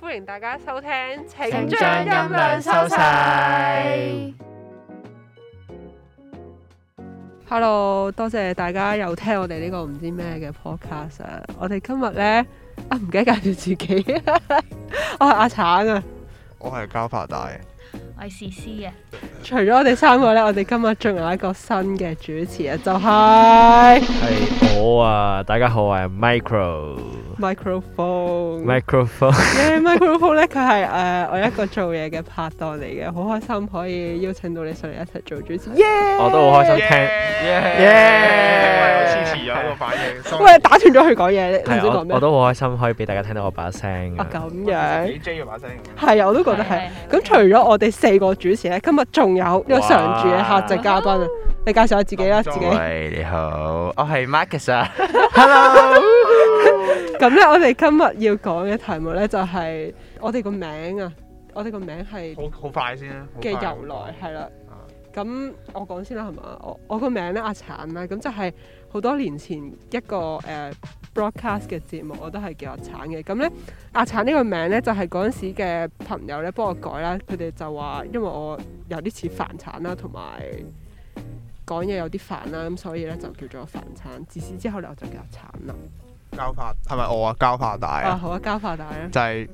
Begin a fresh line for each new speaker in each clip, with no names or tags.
歡迎大家收聽。請
請
將
將
音
音
量
量
收
收
細
細。
Hello，多謝大家又聽我哋呢個唔知咩嘅 podcast 啊！我哋今日呢，啊，唔記得介紹自己， 我係阿橙啊。
我係交化大，
我係思思啊，
除咗我哋三個呢，我哋今日仲有一個新嘅主持啊，就係、
係我啊！大家好，我係 Micro
microphone。
Microphone。
耶 microphone 咧，佢係誒我一個做嘢嘅拍檔嚟嘅，好開心可以邀請到你上嚟一齊做主 持。耶！
我都好開心聽，
我
耶！
遲遲有呢個反應，sorry
喂，你打斷咗佢講嘢，你你唔
係
知講
我
咩
我？都好開心可以俾大家聽到我把聲
啊
啊。
咁樣，
幾 J 嘅把聲，
係啊，我都覺得係。咁除咗我哋四個主持咧，今日仲有呢個常駐嘅客席嘉賓啊！你介紹下自己啦，自己。
喂，你好，我係 Marcus 啊。
咁咧，我哋今日要講嘅題目咧，就係我哋個名啊，我哋個名係
好好快先啊啦，好
嘅
快
由來係啦。
啊
咁我講先啦，係嘛？我我個名咧阿橙啦，咁就係好多年前一個誒、呃 broadcast 嘅節目，我都係叫阿橙嘅。咁咧阿橙呢個名咧就係嗰陣時嘅朋友咧幫我改啦，佢哋就話因為我有啲似煩橙啦，同埋講嘢有啲煩啦，咁所以咧就叫咗煩橙。自此之後咧我就叫阿橙啦。
交化係咪我啊？交化大
啊
啊，
好啊，交化大啦。
就係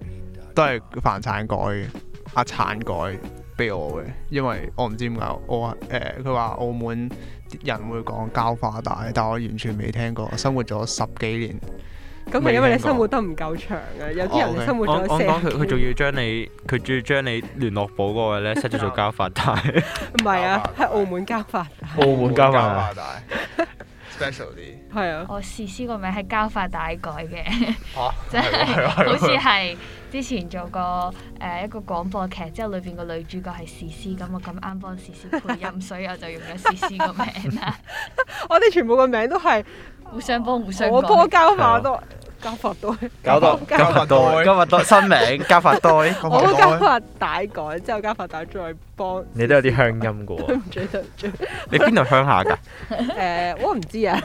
都係凡產改嘅，阿產改俾我嘅，因為我唔知點解我誒佢話澳門人會講交化大，但我完全未聽過，生活咗十幾年，
咁啊係因為你生活得唔夠長啊，有啲人你生活
哦我
咗
我
四
講
十
佢，佢仲要將你，佢仲要將你聯絡簿嗰位咧 set 咗做交法 帶。
唔係啊，喺澳門交化大
澳門交嘛，
大 special 啲
係啊。
我思思個名係交法大改嘅，
嚇，
真係
係喎
好似係之前做過誒、呃一個廣播劇，之後裏邊個女主角係思思咁，我咁啱幫思思配音，所以我就用咗思思個名 啦，
我哋全部個名都係
互相幫互相
我波
幫。
交化多，交化多，
交
到
交法袋，交法袋新名交法袋。
係
我
咪
交化大改之後，交化大再 幫。
你都有啲鄉音嘅
對
喎。
唔住對唔住，
你邊度鄉下㗎？
誒我唔知啊，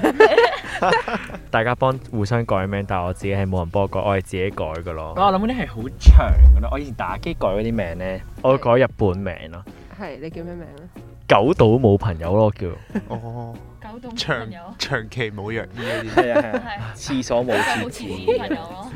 大家幫互相改名，但係我自己係冇人幫我改，我係自己改嘅咯。
我諗嗰啲係好長噶啦，我以前打機改嗰啲名咧，
我改日本名咯，
係你叫咩名啊？
九島冇朋友咯，我叫
哦，
九棟小
長
朋友，
長期冇藥醫嗰啲。
係啊係啊，
係
廁所冇
冇
廁
前
紙，
朋友咯。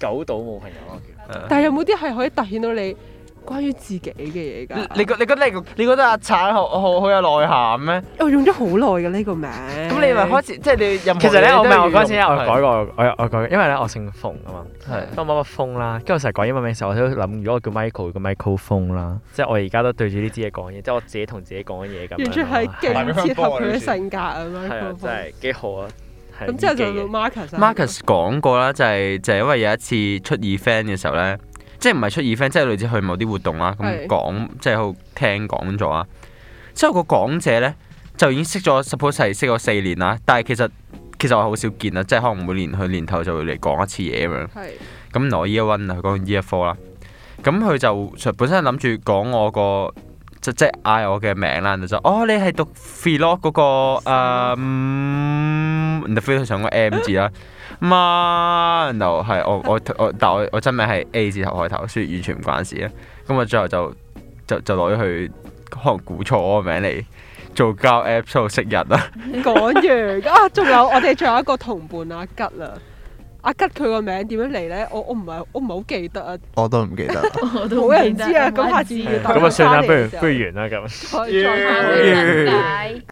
狗島冇朋友咯，
但係有冇啲係可以突顯到你關於自己嘅嘢㗎？
你覺你覺得你你覺得阿橙好好好有內涵咩？
我哦用咗好耐嘅呢個名。
咁你咪開始即係你任何
其實咧，
嘢
我
都
咪
要
我嗰陣時咧，
用
我改過，我我改，因為咧我姓馮啊嘛，
係
當我乜乜風啦，跟住我成日改英文名嘅時候，我都諗，如果我叫 Michael，叫 Michael 風啦，即係我而家都對住呢支嘢講嘢，即係我自己同自己講嘢咁樣咯。
完全係
係
勁切合佢嘅性格啊
係啊，
Michael
真係幾好啊！係
咁之後
呢
就
幾
到
嘢
Marcus 啊
Marcus 講過啦，就係就係因為有一次出 event 嘅時候咧，即係唔係出 event，即係類似去某啲活動啦，
係
咁講即係喺度聽講座啊。之後個講者咧就已經識咗，suppose 係識咗四年啦，但係其實其實我好少見啦，即係可能每年去年頭就會嚟講一次嘢咁樣。
係
咁我 year one 啊，佢講 year four 啦，咁佢就本身諗住講我個即即嗌我嘅名啦，就哦你係讀 philo 嗰個誒，嗯然後 philo 上個 M 字啦，嘛，然後係我我我但我我真名係 A 字頭開頭，所以完全唔關事啦。咁我最後就就就攞咗去可能估錯我個名嚟做交 app 做識人啦。
講完啊，仲有我哋仲有一個同伴阿吉啦。阿吉佢個名點樣嚟咧？我我唔係我唔係好記得啊，
我都唔記得。
我都唔
冇人
記得
知啊。
冇
咁
人
下次
知
要
啊
打
咁啊算啦，
返嚟
不如
嘅時候
不如完啦咁。
再再
好
講
人解